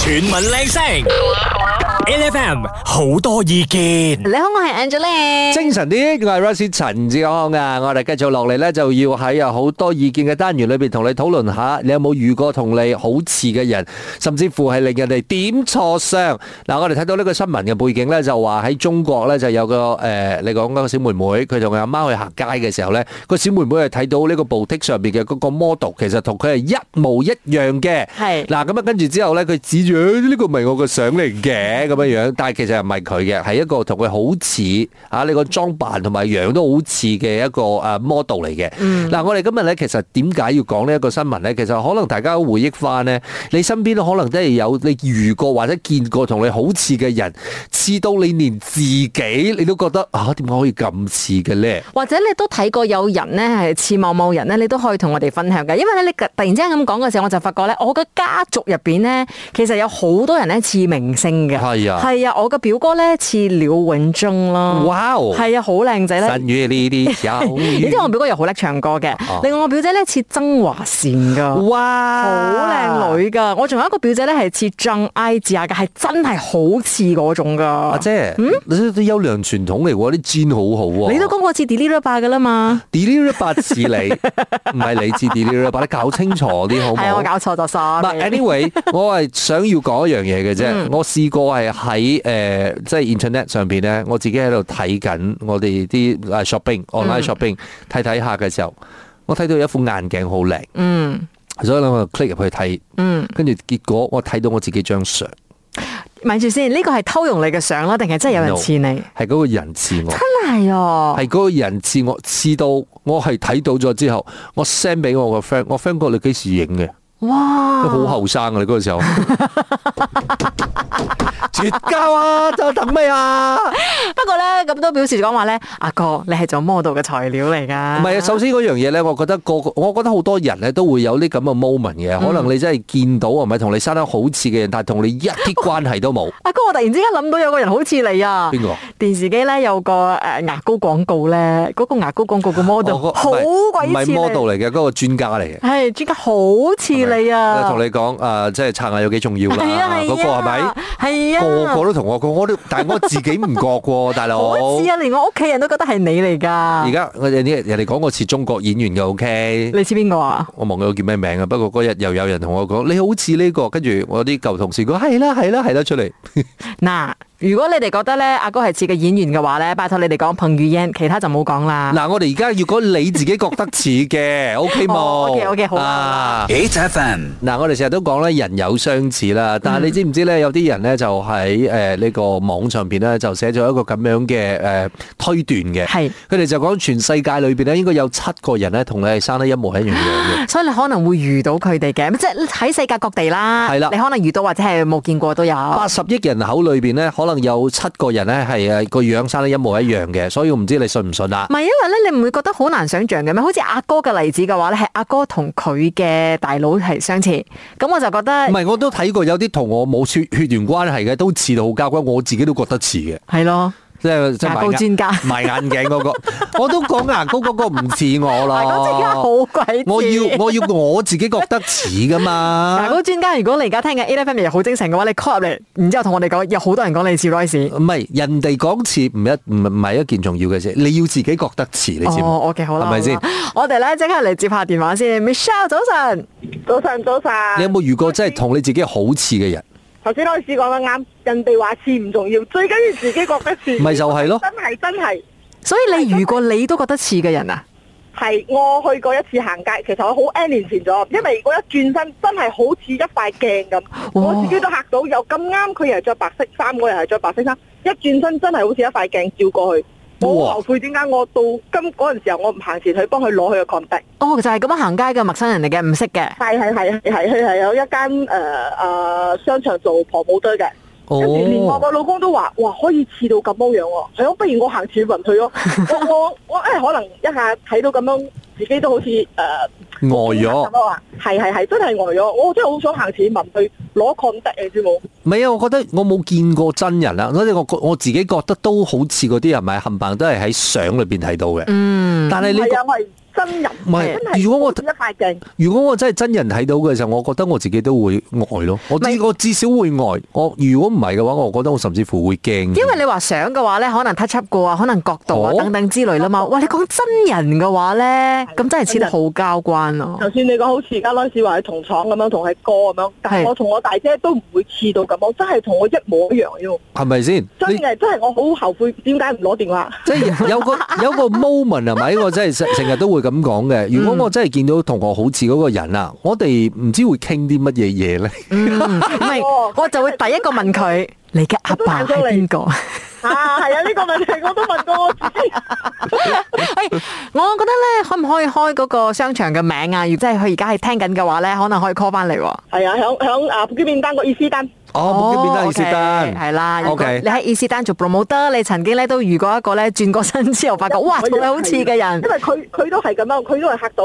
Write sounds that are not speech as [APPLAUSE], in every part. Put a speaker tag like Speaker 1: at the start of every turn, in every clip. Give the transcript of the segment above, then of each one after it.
Speaker 1: 全民靚聲，LFM 好多意見。
Speaker 2: 你好，我係 Angela。
Speaker 3: 精神啲，我嗯係 Rosie 陳志康啊！我哋繼續落嚟咧，就要喺有好多意見嘅單元裏邊同你討論下，你有冇遇過同你好似嘅人，甚至乎係令人哋點錯相？嗱，我哋睇到呢個新聞嘅背景咧，就話喺中國咧就有個誒、呃你講嗰個小妹妹，佢同佢阿媽去行街嘅時候咧，個小妹妹係睇到呢個步梯上邊嘅嗰個 model，其實同佢係一模一樣嘅。
Speaker 2: 係
Speaker 3: 嗱，咁啊，跟住之後咧，佢指住哎呢個唔係我嘅相嚟嘅咁樣樣，但係其實又唔係佢嘅，係一個同佢好似啊，你個裝扮同埋樣都好似嘅一個誒 model 嚟嘅。嗱、
Speaker 2: 嗯
Speaker 3: 我哋今日咧，其實點解要講呢一個新聞咧？其實可能大家回憶翻咧，你身邊可能都係有你遇過或者見過同你好似嘅人，似到你連自己你都覺得啊，點解可以咁似嘅咧？
Speaker 2: 或者你都睇過有人咧係似某某人咧，你都可以同我哋分享嘅。因為咧，你突然之間咁講嘅時候，我就發覺咧，我嘅家族入邊咧，其實有好多人咧似明星嘅。
Speaker 3: 係啊
Speaker 2: 係啊，我嘅表哥咧似廖永忠啦。
Speaker 3: 哇哦
Speaker 2: 係啊，好靚仔啦。
Speaker 3: 神與呢啲小
Speaker 2: 你知我
Speaker 3: 魚，
Speaker 2: 表哥又好叻唱歌嘅，另外我表姐咧似曾華倩噶。
Speaker 3: 哇，
Speaker 2: 好靚女噶，我仲有一個表姐咧係似張 I 字啊嘅，係真係好似嗰種
Speaker 3: 阿
Speaker 2: 噶。
Speaker 3: 姐，啊你都優良傳統嚟喎，啲煎好好喎。
Speaker 2: 嗯你都講過似 Delira 霸噶啦嘛？
Speaker 3: Delira 八似你，
Speaker 2: [LAUGHS]
Speaker 3: 唔係你似 Delira 八，你搞清楚啲好唔
Speaker 2: 係啊，
Speaker 3: 好
Speaker 2: 我？搞錯咗
Speaker 3: 唔
Speaker 2: sorry
Speaker 3: 係。anyway，我
Speaker 2: [LAUGHS]
Speaker 3: 係想要講一樣嘢嘅
Speaker 2: 嗯
Speaker 3: 啫。我試過係喺誒即係 internet 上邊咧，我自己喺度睇緊我哋啲誒
Speaker 2: 嗯
Speaker 3: shopping online shopping 睇睇下嘅時候，我睇到有一副眼鏡好靚，
Speaker 2: 嗯
Speaker 3: 所以咧我就 click 入去睇，
Speaker 2: 嗯，
Speaker 3: 跟住結果我睇到我自己張相，
Speaker 2: 咪住先，呢個係偷用你嘅相啦，定係真係有人似你？
Speaker 3: 係嗰個人似我。
Speaker 2: 真係哦，
Speaker 3: 係嗰個人似我，似到我係睇到咗之後，我 send 俾我個 friend，我 friend 覺得你幾時影嘅？
Speaker 2: 哇，
Speaker 3: 都好後生啊！你嗰個時
Speaker 2: [LAUGHS]
Speaker 3: 候，絕交啊！就等咩啊？唔
Speaker 2: 不過咧，咁都表示講話咧，阿哥你係做 model 嘅材料嚟㗎。
Speaker 3: 係啊，首先嗰樣嘢咧，我覺得個個，我覺得好多人咧都會有呢咁嘅 moment 嘅，
Speaker 2: 嗯
Speaker 3: 可能你真係見到係咪同你生得好似嘅人，但係同你一啲關係
Speaker 2: [LAUGHS]
Speaker 3: 都冇。
Speaker 2: 啊阿哥，我突然之間諗到有個人好似你啊！
Speaker 3: 邊個？
Speaker 2: 電視機咧有個誒牙膏廣告咧，嗰、個牙膏廣告嘅 model
Speaker 3: 我個
Speaker 2: 好
Speaker 3: 哦唔係
Speaker 2: 鬼
Speaker 3: 唔係
Speaker 2: 似你。
Speaker 3: model 嚟嘅，嗰個專家嚟嘅。
Speaker 2: 係專家好似你啊！
Speaker 3: 同你講誒，即係撐下有幾重要啦。
Speaker 2: [LAUGHS] 係啊係啊，
Speaker 3: 嗰個係咪？
Speaker 2: 係啊，
Speaker 3: 個個都同我講，我都，但係我自己唔
Speaker 2: [LAUGHS]
Speaker 3: 覺喎，大佬。
Speaker 2: 好似啊，連我屋企人都覺得係你嚟
Speaker 3: 而
Speaker 2: 㗎。
Speaker 3: 家我哋啲人哋講我似中國演員嘅，OK。
Speaker 2: 你似邊個啊？
Speaker 3: 我忘記佢叫咩名啊，不過嗰日又有人同我講，你好似呢、個，跟住我啲舊同事講係啦係啦係啦出嚟，
Speaker 2: 嗱，如果你哋覺得咧阿哥係似嘅演員嘅話咧，拜託你哋講彭于晏，其他就冇講啦。
Speaker 3: 嗱我哋而家如果你自己覺得似
Speaker 2: [LAUGHS]
Speaker 3: 嘅，OK 冇、
Speaker 2: 哦，OK，OK，好啊
Speaker 3: 啊
Speaker 1: HFM
Speaker 3: 嗱，我哋成日都講咧，人有相似啦，但係你知唔知咧？有啲人咧就喺誒呢個網上邊咧，就寫咗一個咁樣嘅誒、呃推斷嘅，
Speaker 2: 係
Speaker 3: 佢哋就講全世界裏邊咧應該有七個人咧同你係生得一模一樣
Speaker 2: [GASPS]
Speaker 3: 樣嘅。
Speaker 2: 所以你可能會遇到佢哋嘅，即係喺世界各地啦。
Speaker 3: 係啦
Speaker 2: 你可能遇到或者係冇見過都有。
Speaker 3: 八十億人口裏邊咧，可能有七個人咧係呃誒個樣生得一模一樣嘅，所以我唔知你信唔信啊啦
Speaker 2: 唔。係因為咧，你唔會覺得好難想像嘅咩？好似阿哥嘅例子嘅話咧，係阿哥同佢嘅大佬係相似，咁我就覺得
Speaker 3: 唔係，我都睇過有啲同我冇血血緣關係嘅，都似到好交關，我自己都覺得似嘅，
Speaker 2: 係咯。
Speaker 3: 即係即係
Speaker 2: 牙
Speaker 3: 埋
Speaker 2: 膏專
Speaker 3: 眼
Speaker 2: 家
Speaker 3: 埋眼鏡
Speaker 2: [LAUGHS]
Speaker 3: 嗰、個，我都講牙膏嗰個唔似我
Speaker 2: 牙膏專家好
Speaker 3: 咯。
Speaker 2: 鬼似
Speaker 3: 我要我啊要我自己覺得似噶
Speaker 2: 牙
Speaker 3: 嘛，
Speaker 2: 膏專家，如果你而家聽嘅 A F M 又好精神嘅話，你 call 入嚟，然之後同我哋講，有好多人講你似 Royce。
Speaker 3: 唔係人哋講似唔一唔唔係一件重要嘅事，你要自己覺得似，你知
Speaker 2: 哦
Speaker 3: 唔
Speaker 2: ，OK，好啦，
Speaker 3: 係咪先
Speaker 2: 好啦？我哋咧即刻嚟接下電話先，Michelle 早晨，
Speaker 4: 早晨，早晨。
Speaker 3: 你有冇遇過真係同你自己好似嘅人？
Speaker 4: 頭先開始講得啱，人哋話似唔重要，最緊要自己覺得似。
Speaker 3: 咪就係咯
Speaker 4: 真係真係
Speaker 2: 所以你如果你都覺得似嘅人啊，
Speaker 4: 係，我去過一次行街，其實我好 N 年前咗，因為我一轉身真係好似一塊鏡咁，我自己都嚇到，又咁啱佢又係着白色衫，我又係着白色衫，一轉身真係好似一塊鏡照過去。我
Speaker 3: 哇
Speaker 4: 好後悔點解我到今嗰陣時候我唔行前去幫佢攞佢嘅 contact。
Speaker 2: 哦，就係咁樣行街嘅陌生人嚟嘅，唔識嘅，
Speaker 4: 係係係係，佢係有一間誒誒商場做婆母堆嘅。
Speaker 3: 哦
Speaker 4: 跟住連我個老公都話：，哇，可以似到咁樣樣喎！係咯，不如我行似
Speaker 3: [LAUGHS]
Speaker 4: 雲佢咯。我我我誒、哎可能一下睇到咁樣，自己都好似誒
Speaker 3: 呆咗
Speaker 4: 咁。樣啊！係係係，真係呆咗！我真係好想行似雲去攞 contact 你知冇？
Speaker 3: 唔係啊，我覺得我冇見過真人啦，所以我覺我自啊己覺得都好似嗰啲人咪冚唪唥都係喺相裏邊睇到嘅。
Speaker 2: 嗯，
Speaker 3: 但係
Speaker 4: 係
Speaker 3: 你
Speaker 4: 啊，我係真人，
Speaker 3: 唔係
Speaker 4: 真係
Speaker 3: 如果我哦
Speaker 4: 好似一塊鏡，
Speaker 3: 如果我真係真人睇到嘅時候，我覺得我自己都會呆咯。我
Speaker 2: 咪
Speaker 3: 至我至少會呆。我如果唔係嘅話，我覺得我甚至乎會驚。
Speaker 2: 因為你話相嘅話咧，可能 touch up 過啊，可能角度啊
Speaker 3: 哦
Speaker 2: 等等之類啦嘛。哇，你講真人嘅話咧，咁真係似得好交關咯。
Speaker 4: 就算你講好似而家嗰陣時話佢同廠咁樣，同佢哥咁樣，但
Speaker 2: 係
Speaker 4: 係我同我大姐都唔會似到咁，我真係同我一模一樣要。
Speaker 3: 係咪先？
Speaker 4: 真
Speaker 3: 你
Speaker 4: 嘅，真係我好後悔點解唔攞電話。
Speaker 3: 即係有個有個 moment 係咪？我真係成成日都會咁講嘅。如
Speaker 4: 嗯
Speaker 3: 果我真係見到同我好似嗰個人啊，我哋唔知會傾啲乜嘢嘢咧。
Speaker 2: 嗯，唔係
Speaker 4: 哦，
Speaker 2: 我就會第一個問佢：你嘅阿爸係邊個？ [LAUGHS]
Speaker 4: 啊，係啊，呢、個問題我都問過我自己。
Speaker 2: 哎我覺得咧，可唔可以開嗰個商場嘅名啊？如果即係佢而家係聽緊嘅話咧，可能可以 call 翻嚟喎。
Speaker 4: 係啊，響響啊，普京面單個意思單。
Speaker 3: 哦，冇見面得意思得。
Speaker 2: 係啦。如果
Speaker 3: OK
Speaker 2: 你喺伊斯丹做 promoter，你曾經咧都遇過一個咧轉過身之後，發
Speaker 4: [LAUGHS]
Speaker 2: 覺哇，同你好似嘅人
Speaker 4: 因。為佢佢都係咁樣，佢都係嚇到，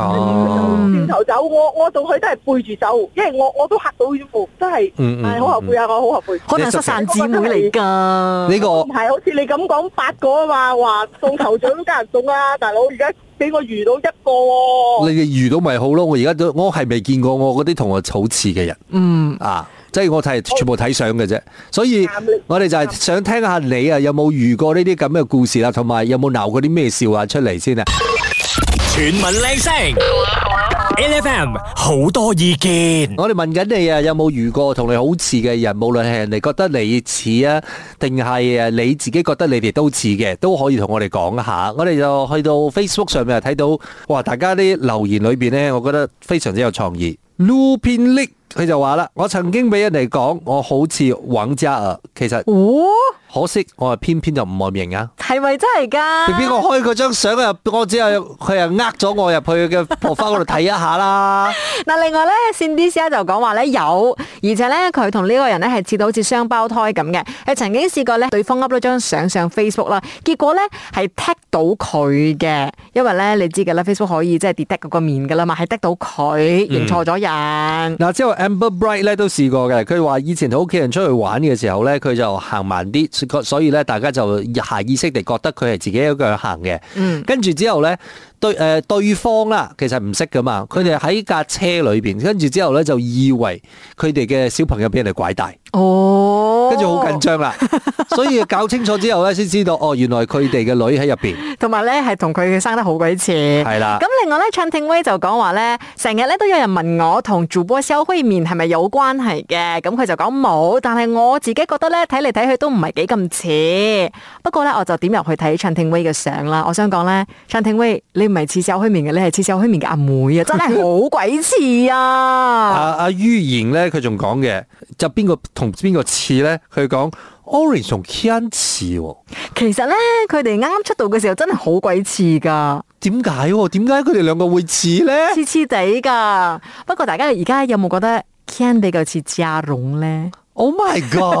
Speaker 3: 哦，
Speaker 2: 嗯
Speaker 4: 轉頭走，我我到佢都係背住走，因為我我都嚇到呢副，真係，
Speaker 3: 嗯嗯
Speaker 4: 唉，好後悔啊，我好後悔。
Speaker 2: 可能失散姊妹嚟噶。
Speaker 3: 呢個
Speaker 4: 唔係好似你咁講八個啊嘛，話中頭獎都加人中啊，大佬而家俾我遇到一個喎、
Speaker 3: 你哋遇到咪好咯？我而家都我係未見過我嗰啲同我好似嘅人。
Speaker 2: 嗯，
Speaker 3: 啊，即係我睇全部睇相嘅啫，所以
Speaker 4: 啱你
Speaker 3: 我哋就係想聽下你啊，有冇遇過呢啲咁嘅故事啦，同埋有冇鬧過啲咩笑話出嚟先啊？
Speaker 1: 全民靚聲，L F M 好多意 [LAUGHS] 見。
Speaker 3: 我哋問緊你啊，有冇遇過同你好似嘅人，無論係人哋覺得你似啊，定係誒你自己覺得你哋都似嘅，都可以同我哋講下。我哋就去到 Facebook 上面啊睇到，哇！大家啲留言裏邊呢，我覺得非常之有創意。Lupin Lick 佢就話啦，我曾經俾人哋講我好似王家啊，其實。
Speaker 2: 哦，
Speaker 3: 可惜我係偏偏就唔外型啊！
Speaker 2: 係咪真係噶？
Speaker 3: 邊個開嗰張相啊？我只係佢係呃咗我入去嘅 p r 嗰度睇一下啦。
Speaker 2: 嗱，另外咧 c i n d y 就講話咧有，而且咧佢同呢個人咧係似到好似雙胞胎咁嘅。佢曾經試過咧，對方噏咗張相上 Facebook 啦，結果咧係 tag 到佢嘅，因為咧你知㗎啦，Facebook 可以即係 detect 嗰個面㗎啦嘛，係 tag 到佢認錯咗人。
Speaker 3: 嗱，之後 Amber Bright 咧都試過嘅，佢話以前同屋企人出去玩嘅時候咧，佢就行慢啲，所以咧大家就下意識地覺得佢係自己一個人行嘅。
Speaker 2: 嗯
Speaker 3: 跟住之後咧，對誒、呃、對方啦，其實唔識噶嘛，佢哋喺架車裏邊，跟住之後咧就以為佢哋嘅小朋友俾人哋拐帶。
Speaker 2: 哦，
Speaker 3: 跟住好緊，
Speaker 2: [LAUGHS]
Speaker 3: 張啦，所以搞清楚之後咧，先知道哦，原來佢哋嘅女喺入邊，
Speaker 2: [LAUGHS] 同埋咧係同佢生得好鬼似。
Speaker 3: 係啊啦
Speaker 2: 咁。啊另外咧，唱聽威就講話咧，成日咧都有人問我同主播肖輝面係咪有關係嘅，咁佢就講冇，但係我自己覺得咧，睇嚟睇去都唔係幾咁似。不過咧，我就點入去睇唱聽威嘅相啦。我想講咧，唱聽威你唔係似肖輝面嘅，你係似肖輝面嘅阿
Speaker 3: [LAUGHS]
Speaker 2: 妹啊，真係好鬼似
Speaker 3: 阿
Speaker 2: 啊！
Speaker 3: 阿于言咧，佢仲講嘅，就邊個同邊個似咧？佢講 Orange 同 Kian 似喎，
Speaker 2: 其實咧，佢哋啱啱出道嘅時候真係好鬼似噶，
Speaker 3: 點解喎？點解佢哋兩個會似咧？
Speaker 2: [LAUGHS] 黐黐地噶。不過大家而家有冇覺得 Ken 比較似嘉龍咧？
Speaker 3: Oh my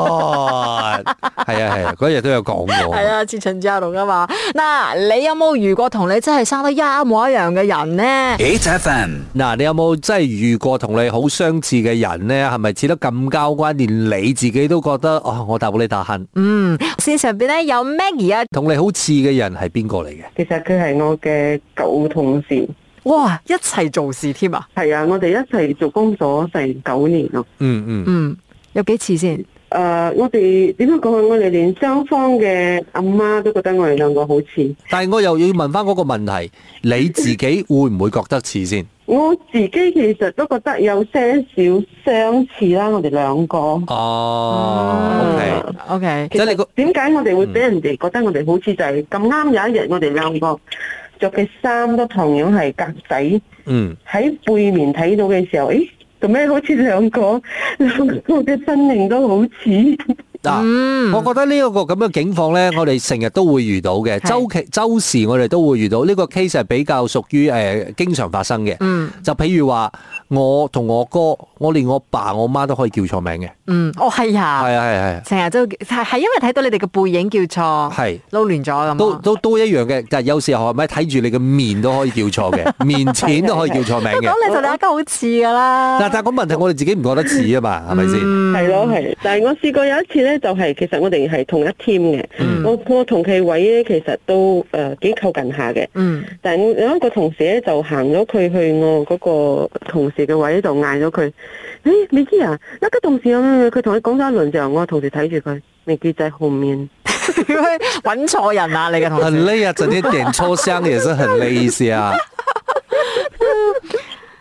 Speaker 3: [LAUGHS] god！係啊係啊，嗰日都有講過。
Speaker 2: 系啊，似陳志阿龍啊嘛。嗱，你有冇遇過同你真係生得一模一樣嘅人呢？
Speaker 1: H F M
Speaker 3: 嗱，你有冇真係遇過同你好相似嘅人咧？係咪似得咁交關？連你自己都覺得哦，我答你大恨。
Speaker 2: 嗯，線上邊咧有 Maggie 啊，
Speaker 3: 同你好似嘅人係邊個嚟嘅？
Speaker 5: 其實佢係我嘅舊同事，
Speaker 2: 哇，一齊做事添啊！
Speaker 5: 係啊，我哋一齊做工咗成九年咯。
Speaker 3: 嗯嗯。
Speaker 2: 嗯，有幾次先？
Speaker 5: 誒、呃我哋點樣講啊？我哋連雙方嘅阿媽都覺得我哋兩個好似。
Speaker 3: 但係我又要問翻嗰個問題，你自己會唔會覺得似先？
Speaker 5: 我自己其實都覺得有些少相似啦，我哋兩個。
Speaker 3: 哦，OK，
Speaker 2: O K，
Speaker 3: 即係你個
Speaker 5: 點解我哋會俾人哋覺得我哋好似就係咁啱有一日我哋兩個着嘅衫都同樣係格仔。
Speaker 3: 嗯，
Speaker 5: 喺背面睇到嘅時候，咦，做咩好似兩個兩個嘅身形都好似？
Speaker 2: 嗯
Speaker 3: 嗱，我覺得呢一個咁嘅境況呢，我哋成日都會遇到嘅，
Speaker 2: 係
Speaker 3: 周期周時我哋都會遇到。呢個 case 係比較屬於誒經常發生嘅，
Speaker 2: 嗯
Speaker 3: 就譬如話我同我哥，我連我爸我媽都可以叫錯名嘅，
Speaker 2: 嗯，哦係啊，
Speaker 3: 係啊係啊
Speaker 2: 成日都係係因為睇到你哋嘅背影叫錯，
Speaker 3: 係啊。
Speaker 2: 撈亂咗咁啊。
Speaker 3: 都都都一樣嘅，但係有時候係咪睇住你嘅面都可以叫
Speaker 2: [LAUGHS]
Speaker 3: 錯嘅，面前都可以叫錯名嘅。
Speaker 2: 咁你就兩家好似噶啦嗯
Speaker 3: 但。但係個問題，我哋自己唔覺得似啊嘛，係咪先？
Speaker 5: 係咯係，但係我試過有一次咧，
Speaker 4: 咧就係、其實我哋係同一 team 嘅，
Speaker 2: 嗯
Speaker 4: 我我同佢位咧其實都誒幾、靠近下嘅。
Speaker 2: 嗯，
Speaker 4: 但係我有一個同事咧就行咗佢去我嗰個同事嘅位度嗌咗佢，誒、美基啊，那個同事啊，佢同佢講咗一輪之後，我同事睇住佢，美基在後面。
Speaker 2: 揾錯人啦，你嘅同
Speaker 3: 很
Speaker 2: 事。
Speaker 3: 累啊，整天點抽香也是很累一些啊。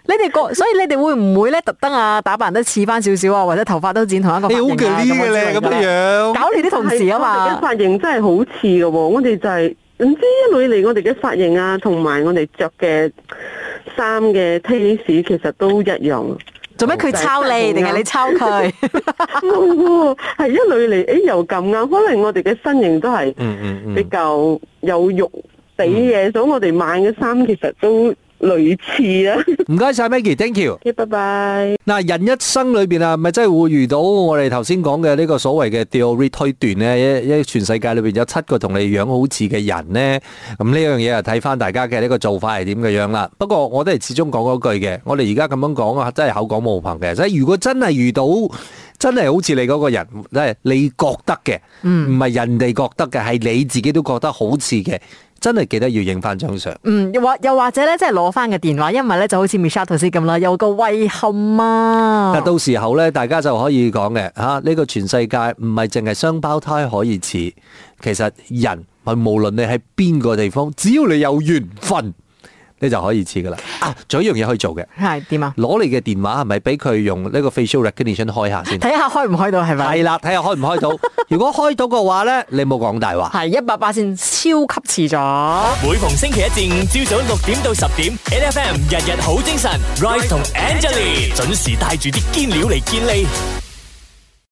Speaker 2: 你哋個，所以你哋會唔會咧特登啊打扮得似翻少少啊，或者頭髮都剪同一個
Speaker 3: 你好
Speaker 2: 髮
Speaker 3: g
Speaker 2: 型啊
Speaker 3: 啲嘅
Speaker 2: 咁
Speaker 3: 咧，
Speaker 2: 之類
Speaker 3: 咁
Speaker 2: 㗎啦
Speaker 3: 樣。
Speaker 2: 搞你啲同事啊
Speaker 4: 係我
Speaker 2: 嘛。
Speaker 4: 哋嘅髮型真係好似嘅喎，我哋就係、唔知一路以嚟我哋嘅髮型啊，同埋我哋着嘅衫嘅 taste 其實都一樣。
Speaker 2: 做咩佢抄你，定係你抄 [LAUGHS] 佢？
Speaker 4: 冇喎 [LAUGHS] 係一路以嚟，誒又咁啱，可能我哋嘅身形都係
Speaker 3: 嗯嗯
Speaker 4: 比
Speaker 3: 嗯，
Speaker 4: 較有肉地嘅，所以我哋買嘅衫其實都類似啦。 [LAUGHS]
Speaker 3: 嗯
Speaker 2: [LAUGHS]
Speaker 3: 唔該晒 Maggie，thank you。
Speaker 4: OK，拜拜。
Speaker 3: 嗱，人一生裏邊啊，咪真係會遇到我哋頭先講嘅呢個所謂嘅 theory 推斷咧，一一全世界裏邊有七個同你樣好似嘅人咧，咁呢樣嘢啊睇翻大家嘅呢個做法係點嘅樣啦。不過我都係始終講嗰句嘅，我哋而家咁樣講啊，真係口講無憑嘅。即係如果真係遇到真係好似你嗰個人，即係你覺得嘅，唔係人哋覺得嘅，係你自己都覺得好似嘅，真係記得要影翻張相。
Speaker 2: 嗯，又或又或者咧，即係攞翻嘅電話，因為咧就好似 Michelle 頭先咁啦，有個遺憾啊
Speaker 3: 嗱，。到時候咧，大家就可以講嘅嚇，啊呢、個全世界唔係淨係雙胞胎可以似，其實人係無論你喺邊個地方，只要你有緣分，你就可以似噶啦。啊，仲有一樣嘢可以做嘅，
Speaker 2: 係點啊？
Speaker 3: 攞你嘅電話係咪俾佢用呢個 facial recognition 開下先？
Speaker 2: 睇下開唔開 [LAUGHS] 到係咪？
Speaker 3: 係啦，睇下開唔開到。如果開到嘅話咧，你冇講大話。
Speaker 2: 係一百八線超級遲咗。
Speaker 1: 每逢星期一至五朝早六點到十點，N F M 日日好精神，Rise 同 Angelie 準時帶住啲堅料嚟健利。